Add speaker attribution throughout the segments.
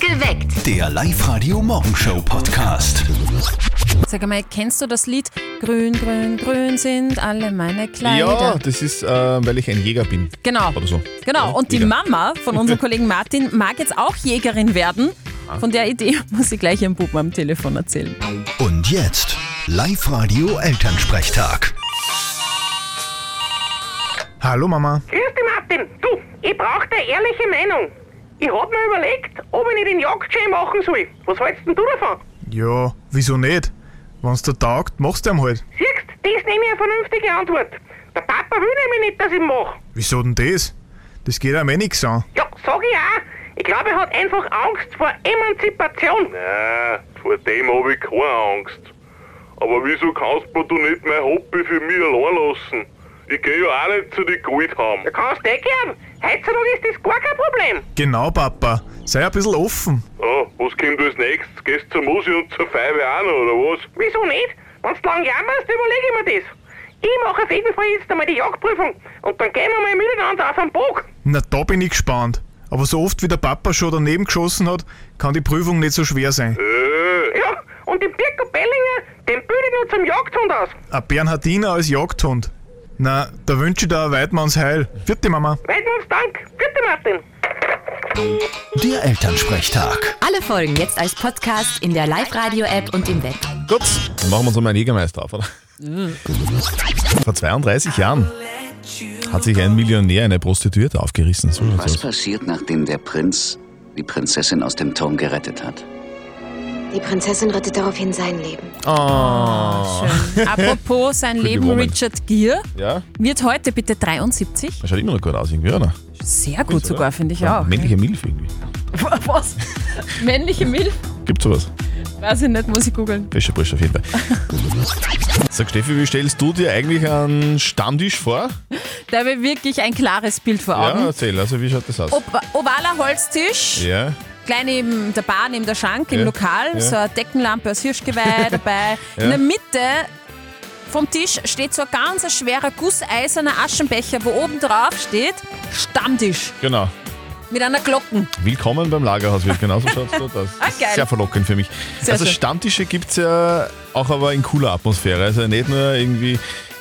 Speaker 1: Geweckt.
Speaker 2: Der Live-Radio-Morgenshow-Podcast.
Speaker 3: Sag mal, kennst du das Lied Grün, grün, grün sind alle meine Kleider?
Speaker 4: Ja, das ist, äh, weil ich ein Jäger bin.
Speaker 3: Genau.
Speaker 4: Oder so.
Speaker 3: Genau. Und die
Speaker 4: Jäger.
Speaker 3: Mama von unserem Kollegen Martin mag jetzt auch Jägerin werden. Von der Idee muss ich gleich ihrem Buben am Telefon erzählen.
Speaker 2: Und jetzt Live-Radio Elternsprechtag.
Speaker 4: Hallo Mama.
Speaker 5: Grüß dich, Martin. Du, ich brauche deine ehrliche Meinung. Ich hab mir überlegt, ob ich nicht den Jagdschein machen soll. Was hältst denn du davon?
Speaker 6: Ja, wieso nicht? Wenn's dir taugt, machst du ihm halt.
Speaker 5: Siehst, das nehme ich eine vernünftige Antwort. Der Papa will nämlich nicht, dass ich mache.
Speaker 6: Wieso denn das? Das geht einem eh nix an.
Speaker 5: Ja, sag ich auch. Ich glaube, er hat einfach Angst vor Emanzipation.
Speaker 7: Nein, vor dem habe ich keine Angst. Aber wieso kannst mir du nicht mein Hobby für mich allein lassen? Ich gehe ja auch nicht zu den Goldhaben.
Speaker 5: Da kannst du eh gern. Heutzutage ist das gar kein Problem.
Speaker 6: Genau, Papa. Sei ein bisschen offen.
Speaker 7: Ah, was kommt als nächstes? Gehst zur Musi und zur Feibe auch noch, oder was?
Speaker 5: Wieso nicht? Wenn du lang jammerst, überlege ich mir das. Ich mache auf jeden Fall jetzt einmal die Jagdprüfung und dann gehen wir mal miteinander auf den Bock.
Speaker 6: Na, da bin ich gespannt. Aber so oft wie der Papa schon daneben geschossen hat, kann die Prüfung nicht so schwer sein.
Speaker 7: Äh,
Speaker 5: Ja, und den Birko Bellinger, den bilde ich nur zum Jagdhund aus.
Speaker 6: Ein Bernhardiner als Jagdhund. Na, da wünsche ich dir ein Weidmanns Heil. Vierte Mama.
Speaker 5: Weit uns Dank. Bitte, Martin.
Speaker 2: Der Elternsprechtag.
Speaker 8: Alle Folgen jetzt als Podcast in der Live-Radio-App und im Web.
Speaker 4: Gut, dann machen wir uns einmal einen Jägermeister auf, oder? Vor 32 Jahren hat sich ein Millionär eine Prostituierte aufgerissen. So schaut's
Speaker 9: Was
Speaker 4: aus.
Speaker 9: passiert, nachdem der Prinz die Prinzessin aus dem Turm gerettet hat?
Speaker 10: Die Prinzessin rettet daraufhin sein Leben.
Speaker 3: Schön. Apropos sein Leben,
Speaker 4: Woman.
Speaker 3: Richard Gere
Speaker 4: Ja,
Speaker 3: wird heute bitte 73.
Speaker 4: das schaut immer noch gut aus irgendwie, oder?
Speaker 3: Sehr gut sogar, finde ich auch.
Speaker 4: Männliche Milf irgendwie.
Speaker 3: Was? Männliche Milch?
Speaker 4: Gibt's sowas?
Speaker 3: Weiß ich nicht, muss ich googeln.
Speaker 4: Wäsche Bursch auf jeden Fall. Sag Steffi, wie stellst du dir eigentlich einen Stammtisch vor?
Speaker 3: Da habe ich wirklich ein klares Bild vor
Speaker 4: Ja,
Speaker 3: Augen.
Speaker 4: erzähl, also wie schaut das aus?
Speaker 3: Ob ovaler Holztisch.
Speaker 4: Ja,
Speaker 3: Gleich neben der Bar, neben der Schank im
Speaker 4: Ja,
Speaker 3: Lokal,
Speaker 4: ja.
Speaker 3: so eine Deckenlampe aus Hirschgeweih dabei. In der Mitte vom Tisch steht so ein ganz schwerer gusseiserner Aschenbecher, wo oben drauf steht Stammtisch
Speaker 4: genau.
Speaker 3: mit einer Glocke.
Speaker 4: Willkommen beim Lagerhaus, wird genauso schaut's dort aus.
Speaker 3: Ah,
Speaker 4: Das ist
Speaker 3: geil.
Speaker 4: Sehr verlockend für mich.
Speaker 3: Sehr
Speaker 4: also
Speaker 3: schön.
Speaker 4: Stammtische gibt's ja auch aber in cooler Atmosphäre. Also nicht nur irgendwie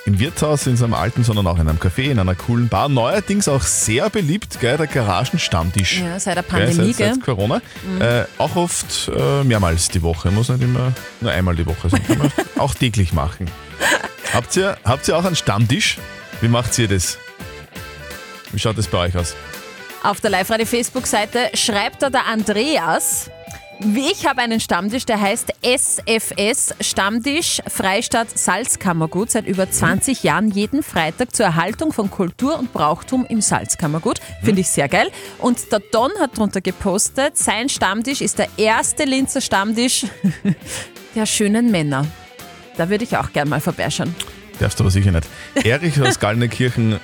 Speaker 4: im Wirtshaus, in so einem alten, sondern auch in einem Café, in einer coolen Bar. Neuerdings auch sehr beliebt, gell, der Garagenstammtisch.
Speaker 3: Ja, seit der
Speaker 4: Gell,
Speaker 3: Pandemie,
Speaker 4: seit,
Speaker 3: gell? Mhm.
Speaker 4: seit Corona. Äh, auch oft äh, mehrmals die Woche. Muss nicht immer nur einmal die Woche sein. Kann man auch täglich machen. Habt ihr, habt ihr auch einen Stammtisch? Wie macht ihr das? Wie schaut das bei euch aus?
Speaker 3: Auf der Live-Radio-Facebook-Seite schreibt da der Andreas. Ich habe einen Stammtisch, der heißt SFS Stammtisch Freistaat Salzkammergut. Seit über 20 Jahren jeden Freitag zur Erhaltung von Kultur und Brauchtum im Salzkammergut. Finde ich sehr geil. Und der Don hat drunter gepostet, sein Stammtisch ist der erste Linzer Stammtisch der schönen Männer. Da würde ich auch gern mal vorbeischauen.
Speaker 4: Darfst du aber sicher nicht. Erich aus Gallnerkirchen,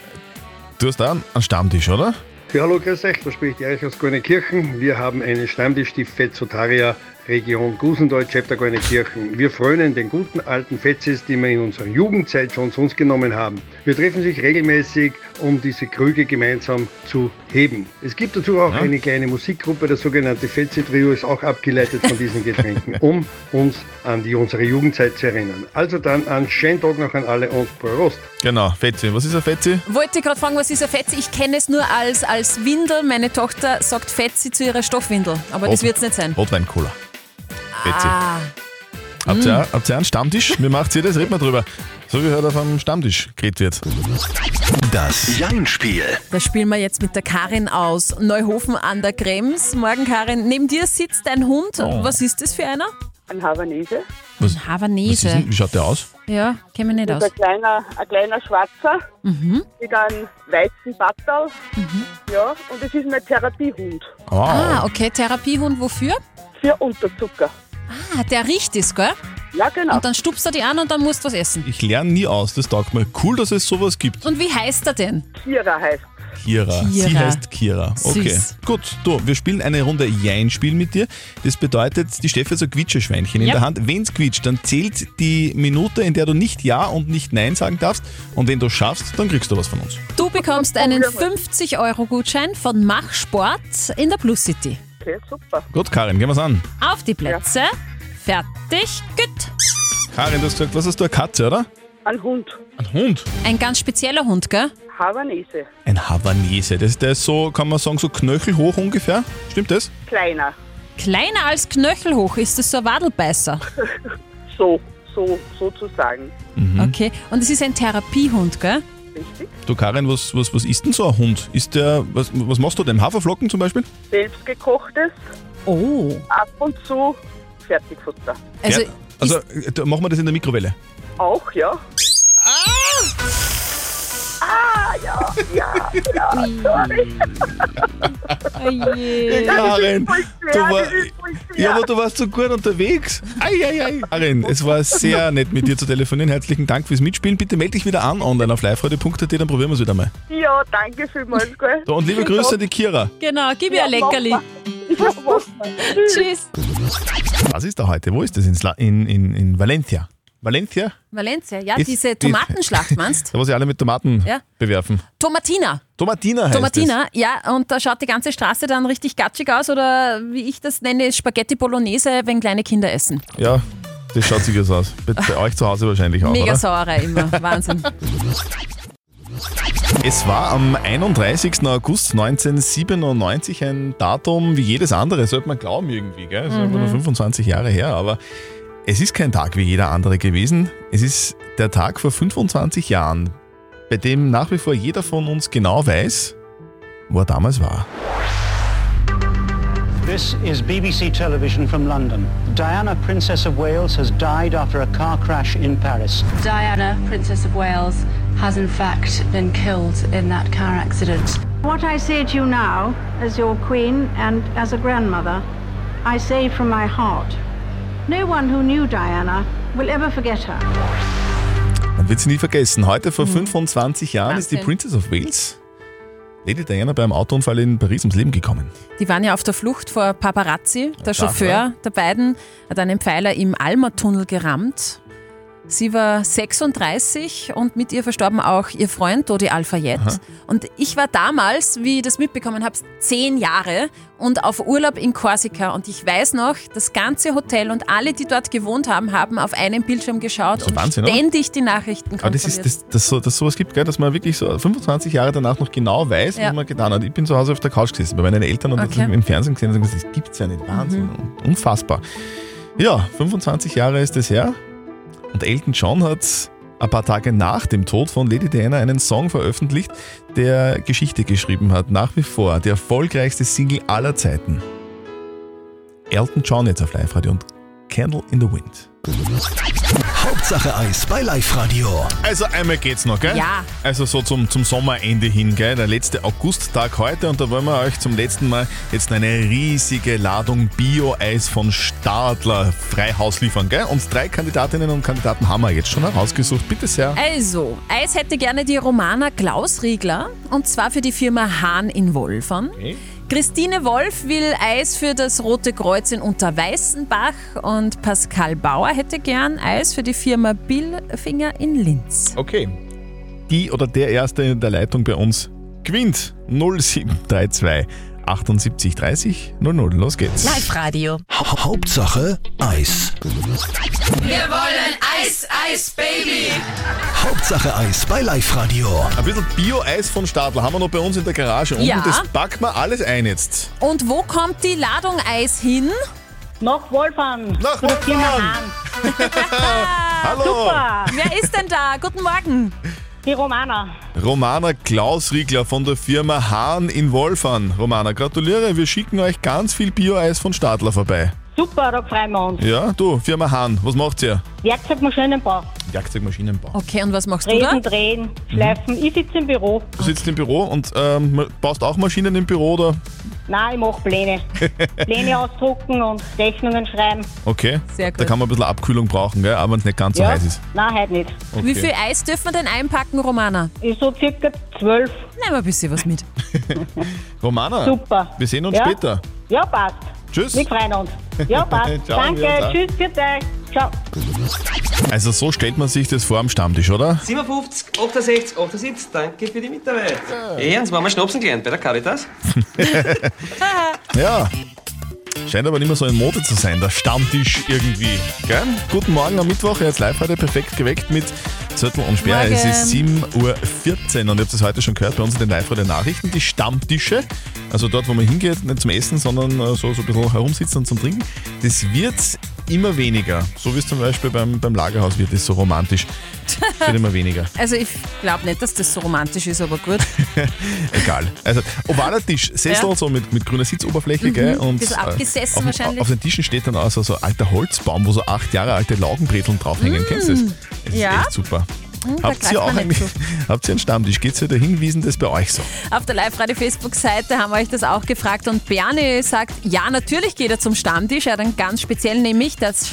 Speaker 4: du hast da einen Stammtisch, oder?
Speaker 7: ja, hallo, grüß euch, da spricht Erich aus Gornikirchen. Wir haben einen Stammtisch, die Fetzotaria Region Gusendeutsch, Chapter Gornikirchen. Wir frönen den guten alten Fetzes, die wir in unserer Jugendzeit schon zu uns genommen haben. Wir treffen sich regelmäßig, um diese Krüge gemeinsam zu heben. Es gibt dazu auch eine kleine Musikgruppe, das sogenannte Fetze-Trio ist auch abgeleitet von diesen Getränken, um uns an die unsere Jugendzeit zu erinnern. Also dann einen schönen Tag noch an alle und Prost!
Speaker 4: Genau, Fetzi. Was ist ein Fetzi?
Speaker 3: Wollte gerade fragen, was ist ein Fetzi? Ich kenne es nur als, als Windel. Meine Tochter sagt Fetzi zu ihrer Stoffwindel. Aber das
Speaker 4: Rot-
Speaker 3: wird es nicht sein. Ah.
Speaker 4: Rotweincola. Fetzi. Habt, ihr,
Speaker 3: Mm.
Speaker 4: auch- habt ihr einen Stammtisch? Wie macht ihr das? Reden wir drüber. So wie heute auf einem Stammtisch geredet wird.
Speaker 2: Das Jein-Spiel.
Speaker 3: Das spielen wir jetzt mit der Karin aus Neuhofen an der Krems. Morgen, Karin. Neben dir sitzt ein Hund.
Speaker 4: Oh.
Speaker 3: Was ist das für einer?
Speaker 5: Ein
Speaker 4: Was,
Speaker 5: Havanese.
Speaker 3: Ein
Speaker 4: was ist
Speaker 3: Havanese.
Speaker 4: denn, Oh. wie schaut der aus?
Speaker 3: Ja, kenne mich nicht
Speaker 5: Das
Speaker 3: aus.
Speaker 5: ist Also ein kleiner, ein kleiner Schwarzer
Speaker 4: Mhm.
Speaker 5: mit einem weißen Batterl. Ja, und es ist mein Therapiehund
Speaker 4: Wow.
Speaker 3: Ah, okay. Therapiehund wofür?
Speaker 5: für Unterzucker.
Speaker 3: Ah, der riecht es, gell?
Speaker 5: Ja, genau.
Speaker 3: Und dann stupst er die an und dann musst du was essen.
Speaker 4: Ich lerne nie aus, das taugt mir. Cool, dass es sowas gibt.
Speaker 3: Und wie heißt er denn?
Speaker 5: Kira heißt.
Speaker 4: Kira.
Speaker 3: Kira.
Speaker 4: Sie heißt Kira. Okay.
Speaker 3: Süß.
Speaker 4: Gut, du, wir spielen eine Runde Jein-Spiel mit dir. Das bedeutet, die Steffi hat so ein Quietscheschweinchen in
Speaker 3: Ja.
Speaker 4: der Hand. Wenn's quietscht, dann zählt die Minute, in der du nicht Ja und nicht Nein sagen darfst. Und wenn du schaffst, dann kriegst du was von uns.
Speaker 3: Du bekommst einen 50-Euro-Gutschein von Mach Sport in der Plus City.
Speaker 5: okay, super.
Speaker 4: Gut, Karin, gehen wir's an.
Speaker 3: Auf die Plätze. Fertig, gut.
Speaker 4: Karin, du hast gesagt, was hast du, eine Katze, oder?
Speaker 5: Ein Hund,
Speaker 4: Ein Hund.
Speaker 3: Ein ganz spezieller Hund, gell?
Speaker 5: Havanese,
Speaker 4: Ein Havanese. Das, der ist so, kann man sagen, so knöchelhoch ungefähr. Stimmt das?
Speaker 5: kleiner.
Speaker 3: Kleiner als Knöchel hoch, ist das so ein Wadelbeißer.
Speaker 5: So, so, sozusagen.
Speaker 4: Mhm.
Speaker 3: Okay. Und es ist ein Therapiehund, gell?
Speaker 5: Richtig?
Speaker 4: Du, Karin, was, was, was ist denn so ein Hund? Ist der, was, was machst du dem? Haferflocken zum Beispiel?
Speaker 5: Selbstgekochtes,
Speaker 3: Oh.
Speaker 5: ab und zu Fertigfutter.
Speaker 3: Also,
Speaker 4: ja, also äh, da machen wir das in der Mikrowelle.
Speaker 5: Auch, ja.
Speaker 3: oh
Speaker 4: Karin, du,
Speaker 5: schwer,
Speaker 4: war,
Speaker 5: das ist voll schwer.
Speaker 4: ja, aber du warst so gut unterwegs. Ei, ei, ei. Karin, es war sehr nett mit dir zu telefonieren. Herzlichen Dank fürs Mitspielen. Bitte melde dich wieder an online auf liveradio.at, dann probieren wir es wieder mal.
Speaker 5: Ja, danke vielmals, gell?
Speaker 4: So, und liebe Grüße an die Kira.
Speaker 3: genau, gib ihr ein Leckerli.
Speaker 5: Ja, mach mal.
Speaker 3: Tschüss.
Speaker 4: Was ist da heute? Wo ist das? In, Sla- in, in, in Valencia. Valencia?
Speaker 3: Valencia, ja,
Speaker 4: Ist-
Speaker 3: diese
Speaker 4: ist-
Speaker 3: Tomatenschlacht, meinst
Speaker 4: Da, wo sie alle mit Tomaten
Speaker 3: Ja.
Speaker 4: bewerfen.
Speaker 3: Tomatina.
Speaker 4: Tomatina heißt
Speaker 3: Tomatina, ja, und da schaut die ganze Straße dann richtig gatschig aus oder wie ich das nenne, Spaghetti Bolognese, wenn kleine Kinder essen.
Speaker 4: es. Ja, das schaut sich jetzt aus. Bei, bei euch zu Hause wahrscheinlich auch,
Speaker 3: Mega
Speaker 4: oder?
Speaker 3: Sauerei immer, Wahnsinn.
Speaker 4: Es war am 31. August 1997 ein Datum wie jedes andere, sollte man glauben irgendwie, gell? Das ist einfach nur 25 Jahre her, aber es ist kein Tag wie jeder andere gewesen. Es ist der Tag vor 25 Jahren, bei dem nach wie vor jeder von uns genau weiß, wo er damals war.
Speaker 1: This is BBC Television from London. Diana, Princess of Wales, has died after a car crash in Paris.
Speaker 8: Diana, Princess of Wales, has in fact been killed in that car accident.
Speaker 1: What I say to you now, as your queen and as a grandmother, I say from my heart. No one who knew Diana will ever forget her.
Speaker 4: Man wird sie nie vergessen. Heute vor 25 Jahren ist die
Speaker 3: Wahnsinn.
Speaker 4: Princess of Wales, Lady Diana, bei einem Autounfall in Paris ums Leben gekommen.
Speaker 3: Die waren ja auf der Flucht vor Paparazzi. Der
Speaker 4: klar,
Speaker 3: Chauffeur
Speaker 4: ja.
Speaker 3: der beiden hat einen Pfeiler im Alma-Tunnel gerammt. Sie war 36 und mit ihr verstorben auch ihr Freund Dodi Al-Fayed. Und ich war damals, wie ich das mitbekommen habe, zehn Jahre und auf Urlaub in Korsika. Und ich weiß noch, das ganze Hotel und alle, die dort gewohnt haben, haben auf einen Bildschirm geschaut
Speaker 4: Das ist
Speaker 3: und
Speaker 4: Wahnsinn, oder?
Speaker 3: ständig die Nachrichten
Speaker 4: Aber Ah, das ist, das, das so, das sowas gibt, gell, dass man wirklich so 25 Jahre danach noch genau weiß,
Speaker 3: Ja.
Speaker 4: was man getan hat. Ich bin zu Hause auf der Couch gesessen bei meinen Eltern und
Speaker 3: Okay. Mhm.
Speaker 4: das im Fernsehen gesehen und gesagt, das gibt's ja nicht. Wahnsinn. Unfassbar. Ja, 25 Jahre ist es her. Und Elton John hat ein paar Tage nach dem Tod von Lady Diana einen Song veröffentlicht, der Geschichte geschrieben hat. Nach wie vor die erfolgreichste Single aller Zeiten. Elton John jetzt auf Live-Radio und Candle in the Wind.
Speaker 2: Hauptsache Eis bei Live-Radio.
Speaker 4: Also einmal geht's noch, gell?
Speaker 3: Ja.
Speaker 4: Also so zum, zum Sommerende hin, gell? Der letzte Augusttag heute und da wollen wir euch zum letzten Mal jetzt eine riesige Ladung Bio-Eis von Stadler Freihaus liefern, gell? Und drei Kandidatinnen und Kandidaten haben wir jetzt schon herausgesucht. Bitte sehr.
Speaker 3: Also, Eis hätte gerne die Romana Klaus Riegler und zwar für die Firma Hahn in Wolfern. Christine Wolf will Eis für das Rote Kreuz in Unterweißenbach und Pascal Bauer hätte gern Eis für die Firma Billfinger in Linz.
Speaker 4: Okay. Die oder der Erste in der Leitung bei uns gewinnt 0732 78 30 00. Los geht's.
Speaker 8: Live-Radio.
Speaker 2: Ha Hauptsache Eis.
Speaker 8: Wir wollen Eis, Eis, Baby.
Speaker 2: Hauptsache Eis bei Live-Radio.
Speaker 4: Ein bisschen Bio-Eis von Stadler haben wir noch bei uns in der Garage unten.
Speaker 3: Ja.
Speaker 4: Das packen wir alles ein jetzt.
Speaker 3: Und wo kommt die Ladung Eis hin?
Speaker 1: Nach Wolfgang.
Speaker 4: Nach Wolfgang! Hallo!
Speaker 3: Ah, Wer ist denn da? Guten Morgen.
Speaker 1: Die Romana.
Speaker 4: Romana Klaus Riegler von der Firma Hahn in Wolfern. Romana, gratuliere, wir schicken euch ganz viel Bio-Eis von Stadler vorbei.
Speaker 1: Super, da freuen wir uns.
Speaker 4: Ja, du, Firma Hahn, was macht ihr?
Speaker 1: Werkzeugmaschinenbau.
Speaker 4: Werkzeugmaschinenbau.
Speaker 3: Okay, und was machst du da?
Speaker 1: drehen, schleifen. Ich sitze im Büro.
Speaker 4: Du sitzt im Büro und ähm, baust auch Maschinen im Büro, oder?
Speaker 1: Nein, ich mache Pläne. Pläne ausdrucken und Rechnungen schreiben.
Speaker 4: Okay.
Speaker 3: Sehr gut.
Speaker 4: Da kann man ein bisschen Abkühlung brauchen, gell? auch wenn es nicht ganz so heiß ist.
Speaker 1: Nein, heute nicht.
Speaker 4: Okay.
Speaker 3: Wie viel Eis dürfen wir denn einpacken, Romana?
Speaker 1: Ist so circa zwölf.
Speaker 3: Nehmen wir ein bisschen was mit.
Speaker 4: Romana,
Speaker 1: Super.
Speaker 4: wir sehen uns
Speaker 1: Ja.
Speaker 4: später.
Speaker 1: Ja, passt.
Speaker 4: Tschüss.
Speaker 1: Wir freuen uns. Ja, passt.
Speaker 4: Ciao,
Speaker 1: Danke.
Speaker 4: ja, ciao.
Speaker 1: Tschüss, für dich. Ciao.
Speaker 4: Also so stellt man sich das vor am Stammtisch, oder?
Speaker 5: 57, 68, 78, danke für die Mitarbeit. Ja. Ernst, waren wir Schnapsen gelernt bei der Caritas?
Speaker 4: Ja. Scheint aber nicht mehr so in Mode zu sein, der Stammtisch irgendwie. Gell? Guten Morgen am Mittwoch, jetzt live heute perfekt geweckt mit Zettel und Sperr.
Speaker 3: Morgen.
Speaker 4: Es ist 7.14 Uhr und ihr habt es heute schon gehört bei uns in den live der Nachrichten, die Stammtische, also dort, wo man hingeht, nicht zum Essen, sondern äh, so, so ein bisschen herumsitzen und zum Trinken, das wird immer weniger. So wie es zum Beispiel beim, beim Lagerhaus wird, ist so romantisch. Es wird immer weniger.
Speaker 3: Also ich glaube nicht, dass das so romantisch ist, aber gut.
Speaker 4: Egal. Also ovaler Tisch, Sessel
Speaker 3: Ja.
Speaker 4: so mit, mit grüner Sitzoberfläche,
Speaker 3: Mhm,
Speaker 4: gell? Und
Speaker 3: bisschen
Speaker 4: äh,
Speaker 3: abgesessen
Speaker 4: auf,
Speaker 3: wahrscheinlich.
Speaker 4: Auf den Tischen steht dann auch so, so ein alter Holzbaum, wo so acht Jahre alte Laugenbreteln draufhängen. Kennst du das? Das
Speaker 3: Mhm. Ja.
Speaker 4: ist echt super.
Speaker 3: Hm, da
Speaker 4: habt,
Speaker 3: greift
Speaker 4: ihr auch
Speaker 3: man
Speaker 4: einen,
Speaker 3: nicht
Speaker 4: habt ihr einen Stammtisch? Geht's wieder hin? Wie ist denn das bei euch so?
Speaker 3: Auf der Live-Radio-Facebook-Seite haben wir euch das auch gefragt und Bernie sagt, ja, natürlich geht er zum Stammtisch. Er hat einen ganz speziellen, nämlich das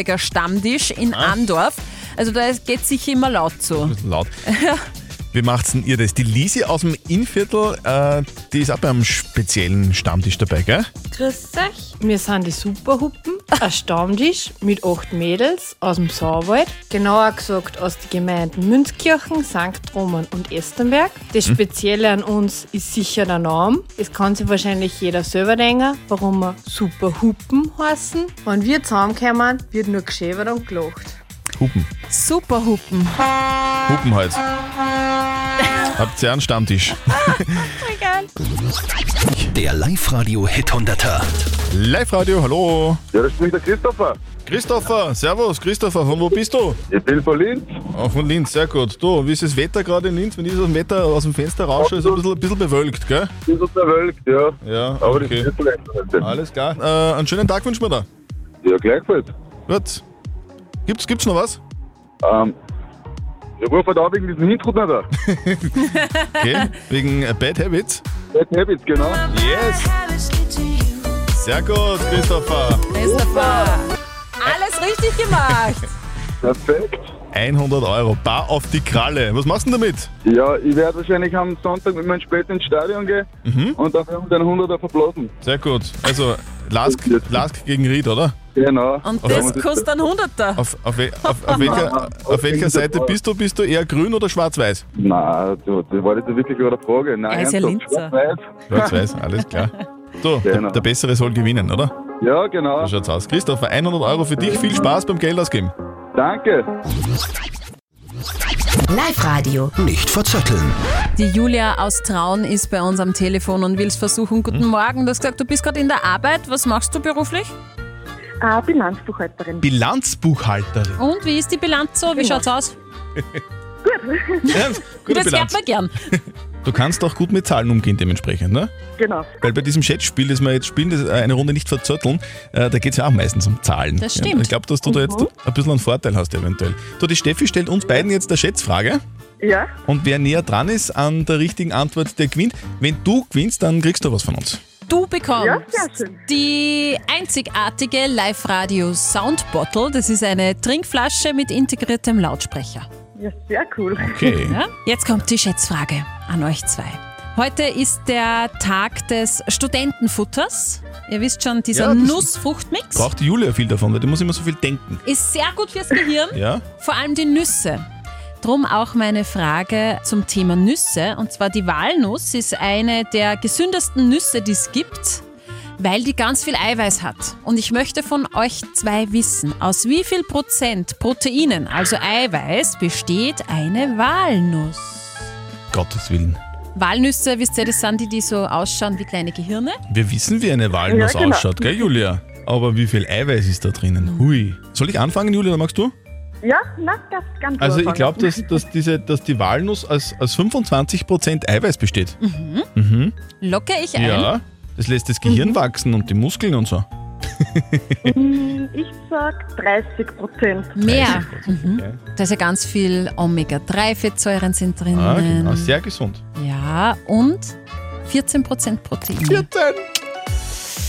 Speaker 3: Schlagzeuger-Stammtisch in
Speaker 4: Ah.
Speaker 3: Andorf. Also da geht sicher immer laut zu.
Speaker 4: Bisschen laut. Wie macht's denn ihr das? Die Lisi aus dem Innviertel, äh, die ist auch beim speziellen Stammtisch dabei, gell?
Speaker 11: Grüß euch. Wir sind die Superhuppen, ein Stammtisch mit acht Mädels aus dem Sauerwald, genauer gesagt aus den Gemeinden Münzkirchen, St. Roman und Estenberg. Das
Speaker 12: Mhm.
Speaker 11: Spezielle an uns ist sicher der Name. Es kann sich wahrscheinlich jeder selber denken, warum wir Superhuppen heißen. Wenn wir zusammenkommen, wird nur geschäbert und gelacht.
Speaker 4: Hupen.
Speaker 3: Superhuppen.
Speaker 4: Hupen halt. Habt ihr einen Stammtisch?
Speaker 2: Der Live-Radio Hit 100er.
Speaker 4: Live Radio, hallo.
Speaker 13: Ja, das spricht der Christopher.
Speaker 4: Christopher, servus, Christopher, von wo bist du?
Speaker 13: Ich bin von Linz.
Speaker 4: Ah, von Linz, sehr gut. Du, wie ist das Wetter gerade in Linz? Wenn ich so aus dem Wetter aus dem Fenster rausche, ist es ein bisschen, ein bisschen bewölkt, gell?
Speaker 13: Ein bisschen bewölkt, ja.
Speaker 4: Ja,
Speaker 13: Aber das
Speaker 4: okay.
Speaker 13: ist nicht so leicht heute.
Speaker 4: Alles klar. Äh, einen schönen Tag wünschen wir da.
Speaker 13: Ja, gleichfalls.
Speaker 4: Gut. Gibt's, gibt's noch was?
Speaker 13: Ähm, ich rufe halt auch wegen diesem Intro nicht an.
Speaker 4: Okay, wegen äh, Bad Habits.
Speaker 13: Bad Habits, genau.
Speaker 4: Yes. Sehr gut, Christopher.
Speaker 3: Christopher. Alles richtig gemacht.
Speaker 13: Perfekt.
Speaker 4: 100 Euro, bar auf die Kralle. Was machst du denn damit?
Speaker 13: Ja, ich werde wahrscheinlich am Sonntag mit meinem Spät ins Stadion gehen und dann haben wir den 100er verblasen.
Speaker 4: Sehr gut. Also, Lask, Lask gegen Ried, oder?
Speaker 13: Genau.
Speaker 3: Und das kostet einen Hunderter.
Speaker 4: Auf, auf, wel- auf, auf, welcher, auf welcher Seite bist du? Bist du eher grün oder schwarz-weiß?
Speaker 13: Nein, du, das war jetzt wirklich gerade eine Frage. Nein,
Speaker 4: Er ist ja
Speaker 13: ernsthaft,
Speaker 4: Linzer.
Speaker 13: schwarz-weiß.
Speaker 4: Schwarz-weiß, alles klar. So, der, der Bessere soll gewinnen, oder?
Speaker 13: Ja, genau.
Speaker 4: So schaut's aus. Christopher, 100 Euro für dich. Viel Spaß beim Geld ausgeben.
Speaker 13: Danke.
Speaker 2: Live-Radio. Nicht verzetteln.
Speaker 3: Die Julia aus Traun ist bei uns am Telefon und will es versuchen.
Speaker 4: Hm.
Speaker 3: Guten Morgen. Du hast gesagt, du bist gerade in der Arbeit. Was machst du beruflich?
Speaker 14: Ah, Bilanzbuchhalterin.
Speaker 4: Bilanzbuchhalterin.
Speaker 3: Und wie ist die Bilanz so? Wie schaut's aus?
Speaker 14: Gut.
Speaker 4: Ja, gute
Speaker 3: das hört
Speaker 4: Bilanz.
Speaker 3: man gern.
Speaker 4: Du kannst auch gut mit Zahlen umgehen dementsprechend, ne?
Speaker 14: Genau.
Speaker 4: Weil bei diesem Chatspiel, das wir jetzt spielen, das äh, eine Runde nicht verzötteln, äh, da geht es ja auch meistens um Zahlen.
Speaker 3: Das
Speaker 4: Ja,
Speaker 3: stimmt.
Speaker 4: Ich glaube, dass du da jetzt
Speaker 3: Mhm.
Speaker 4: ein bisschen einen Vorteil hast eventuell. So, die Steffi stellt uns beiden jetzt eine Schätzfrage.
Speaker 14: Ja.
Speaker 4: Und wer näher dran ist an der richtigen Antwort, der gewinnt. Wenn du gewinnst, dann kriegst du was von uns.
Speaker 3: Du bekommst die einzigartige Live-Radio Sound Bottle. Das ist eine Trinkflasche mit integriertem Lautsprecher.
Speaker 14: Ja, sehr cool.
Speaker 4: Okay.
Speaker 3: Ja? Jetzt kommt die Schätzfrage an euch zwei. Heute ist der Tag des Studentenfutters. Ihr wisst schon, dieser
Speaker 4: Ja, das-
Speaker 3: Nussfruchtmix
Speaker 4: Braucht die Julia viel davon, weil die muss immer so viel denken.
Speaker 3: ist sehr gut fürs Gehirn.
Speaker 4: Ja?
Speaker 3: Vor allem die Nüsse. Drum auch meine Frage zum Thema Nüsse. Und zwar die Walnuss ist eine der gesündesten Nüsse, die es gibt, weil die ganz viel Eiweiß hat. Und ich möchte von euch zwei wissen, aus wie viel Prozent Proteinen, also Eiweiß, besteht eine Walnuss?
Speaker 4: Gottes Willen.
Speaker 3: Walnüsse, wisst ihr, das sind die, die so ausschauen wie kleine Gehirne.
Speaker 4: Wir wissen, wie eine Walnuss
Speaker 3: Ja, genau.
Speaker 4: ausschaut, gell, Julia? Aber wie viel Eiweiß ist da drinnen? Hui. Soll ich anfangen, Julia, oder magst du?
Speaker 14: Ja, na, das ganz
Speaker 4: Also, ich
Speaker 14: anfangen.
Speaker 4: glaube, dass, dass, diese- dass die Walnuss aus, aus 25% Eiweiß besteht.
Speaker 3: Mhm.
Speaker 4: Mhm.
Speaker 3: Locke ich ein?
Speaker 4: Ja, das lässt das Gehirn wachsen und die Muskeln und so.
Speaker 14: Hm, Ich sag 30 Prozent.
Speaker 3: Mehr. Mhm. Da ist ja ganz viel Omega-3-Fettsäuren sind drinnen.
Speaker 4: Ah, genau. Sehr gesund.
Speaker 3: Ja, und 14% Protein. 14!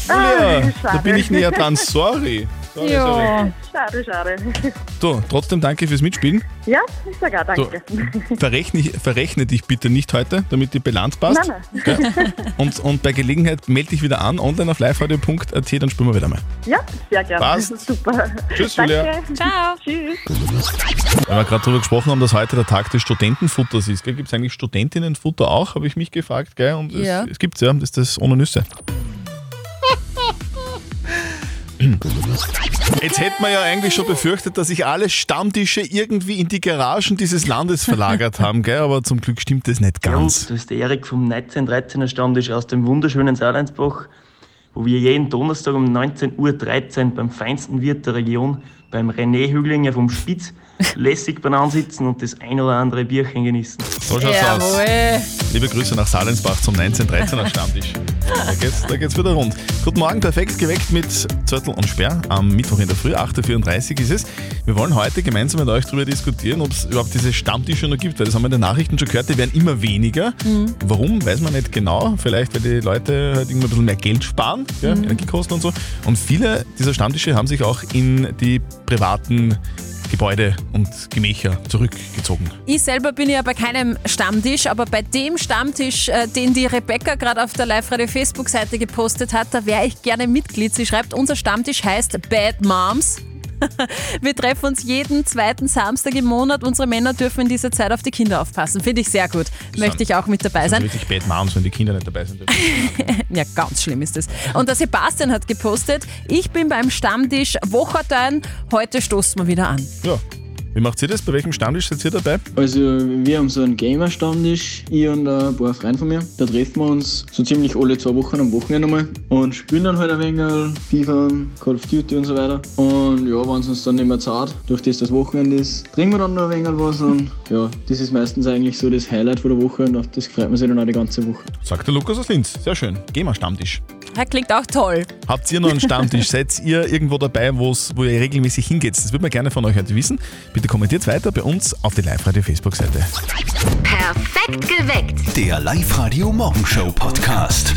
Speaker 4: Julia, da bin ich näher dran. Sorry. Sorry, sorry.
Speaker 14: Schade, schade.
Speaker 4: So, trotzdem danke fürs Mitspielen.
Speaker 14: Ja, ich sag auch
Speaker 4: So.
Speaker 14: danke.
Speaker 4: Verrechne, verrechne dich bitte nicht heute, damit die Bilanz passt.
Speaker 14: Nein, nein.
Speaker 4: Gell? Und, und bei Gelegenheit melde dich wieder an, online auf liveradio.at, dann spielen wir wieder mal.
Speaker 14: Ja, sehr gerne.
Speaker 4: Passt.
Speaker 14: Super.
Speaker 4: Tschüss,
Speaker 14: danke. Ciao. Tschüss.
Speaker 4: Weil wir gerade darüber gesprochen haben, dass heute der Tag des Studentenfutters ist. Gibt es eigentlich Studentinnenfutter auch, habe ich mich gefragt. Gell? Und
Speaker 3: Ja.
Speaker 4: es, es gibt es ja, das ist das ohne Nüsse. Jetzt hätten wir ja eigentlich schon befürchtet, dass sich alle Stammtische irgendwie in die Garagen dieses Landes verlagert haben, gell? aber zum Glück stimmt das nicht ganz.
Speaker 12: Das ist der Erik vom 1913er Stammtisch aus dem wunderschönen Saarlandsbach, wo wir jeden Donnerstag um 19.13 Uhr beim feinsten Wirt der Region, beim René Hüglinger vom Spitz, lässig beieinander sitzen und das ein oder andere Bierchen genießen.
Speaker 4: So schaut's
Speaker 3: Jawohl.
Speaker 4: aus. Liebe Grüße nach Salensbach zum 1913er Stammtisch. Da geht's, da geht's wieder rund. Guten Morgen, perfekt geweckt mit Zörtel und Sperr am Mittwoch in der Früh, 8.34 Uhr ist es. Wir wollen heute gemeinsam mit euch darüber diskutieren, ob es überhaupt diese Stammtische noch gibt, weil das haben wir in den Nachrichten schon gehört, die werden immer weniger.
Speaker 15: Mhm.
Speaker 4: Warum, weiß man nicht genau. Vielleicht, weil die Leute halt irgendwie ein bisschen mehr Geld sparen, ja,
Speaker 15: Mhm.
Speaker 4: Energiekosten und so. Und viele dieser Stammtische haben sich auch in die privaten Gebäude und Gemächer zurückgezogen.
Speaker 3: Ich selber bin ja bei keinem Stammtisch, aber bei dem Stammtisch, äh, den die Rebecca gerade auf der Live-Radio-Facebook-Seite gepostet hat, da wäre ich gerne Mitglied. Sie schreibt, unser Stammtisch heißt Bad Moms. Wir treffen uns jeden zweiten Samstag im Monat. Unsere Männer dürfen in dieser Zeit auf die Kinder aufpassen. Finde ich sehr gut. Möchte ich auch mit dabei
Speaker 4: Das sind
Speaker 3: sein.
Speaker 4: wirklich Bad Moms, wenn die Kinder nicht dabei sind.
Speaker 3: Ja, ganz schlimm ist es. Und der Sebastian hat gepostet, ich bin beim Stammtisch Wochertein. Heute stoßen wir wieder an.
Speaker 4: Ja. Wie macht ihr das? Bei welchem Stammtisch seid ihr dabei?
Speaker 16: Also wir haben so einen Gamer-Stammtisch, ich und ein paar Freunde von mir. Da treffen wir uns so ziemlich alle zwei Wochen am Wochenende mal und spielen dann halt ein wenig FIFA, Call of Duty und so weiter. Und ja, wenn es uns dann nicht mehr zart, durch das das Wochenende ist, trinken wir dann noch ein wenig was und ja, das ist meistens eigentlich so das Highlight von der Woche und auf das freut man sich dann auch die ganze Woche.
Speaker 4: Sagt der Lukas aus Linz. Sehr schön. GEMA-Stammtisch.
Speaker 3: Das klingt auch toll.
Speaker 4: Habt ihr noch einen Stammtisch? Seid ihr irgendwo dabei, wo's, wo ihr regelmäßig hingeht? Das würde man gerne von euch heute wissen. Bitte kommentiert weiter bei uns auf die Live-Radio-Facebook-Seite.
Speaker 17: Perfekt geweckt.
Speaker 2: Der Live-Radio Morgenshow Podcast.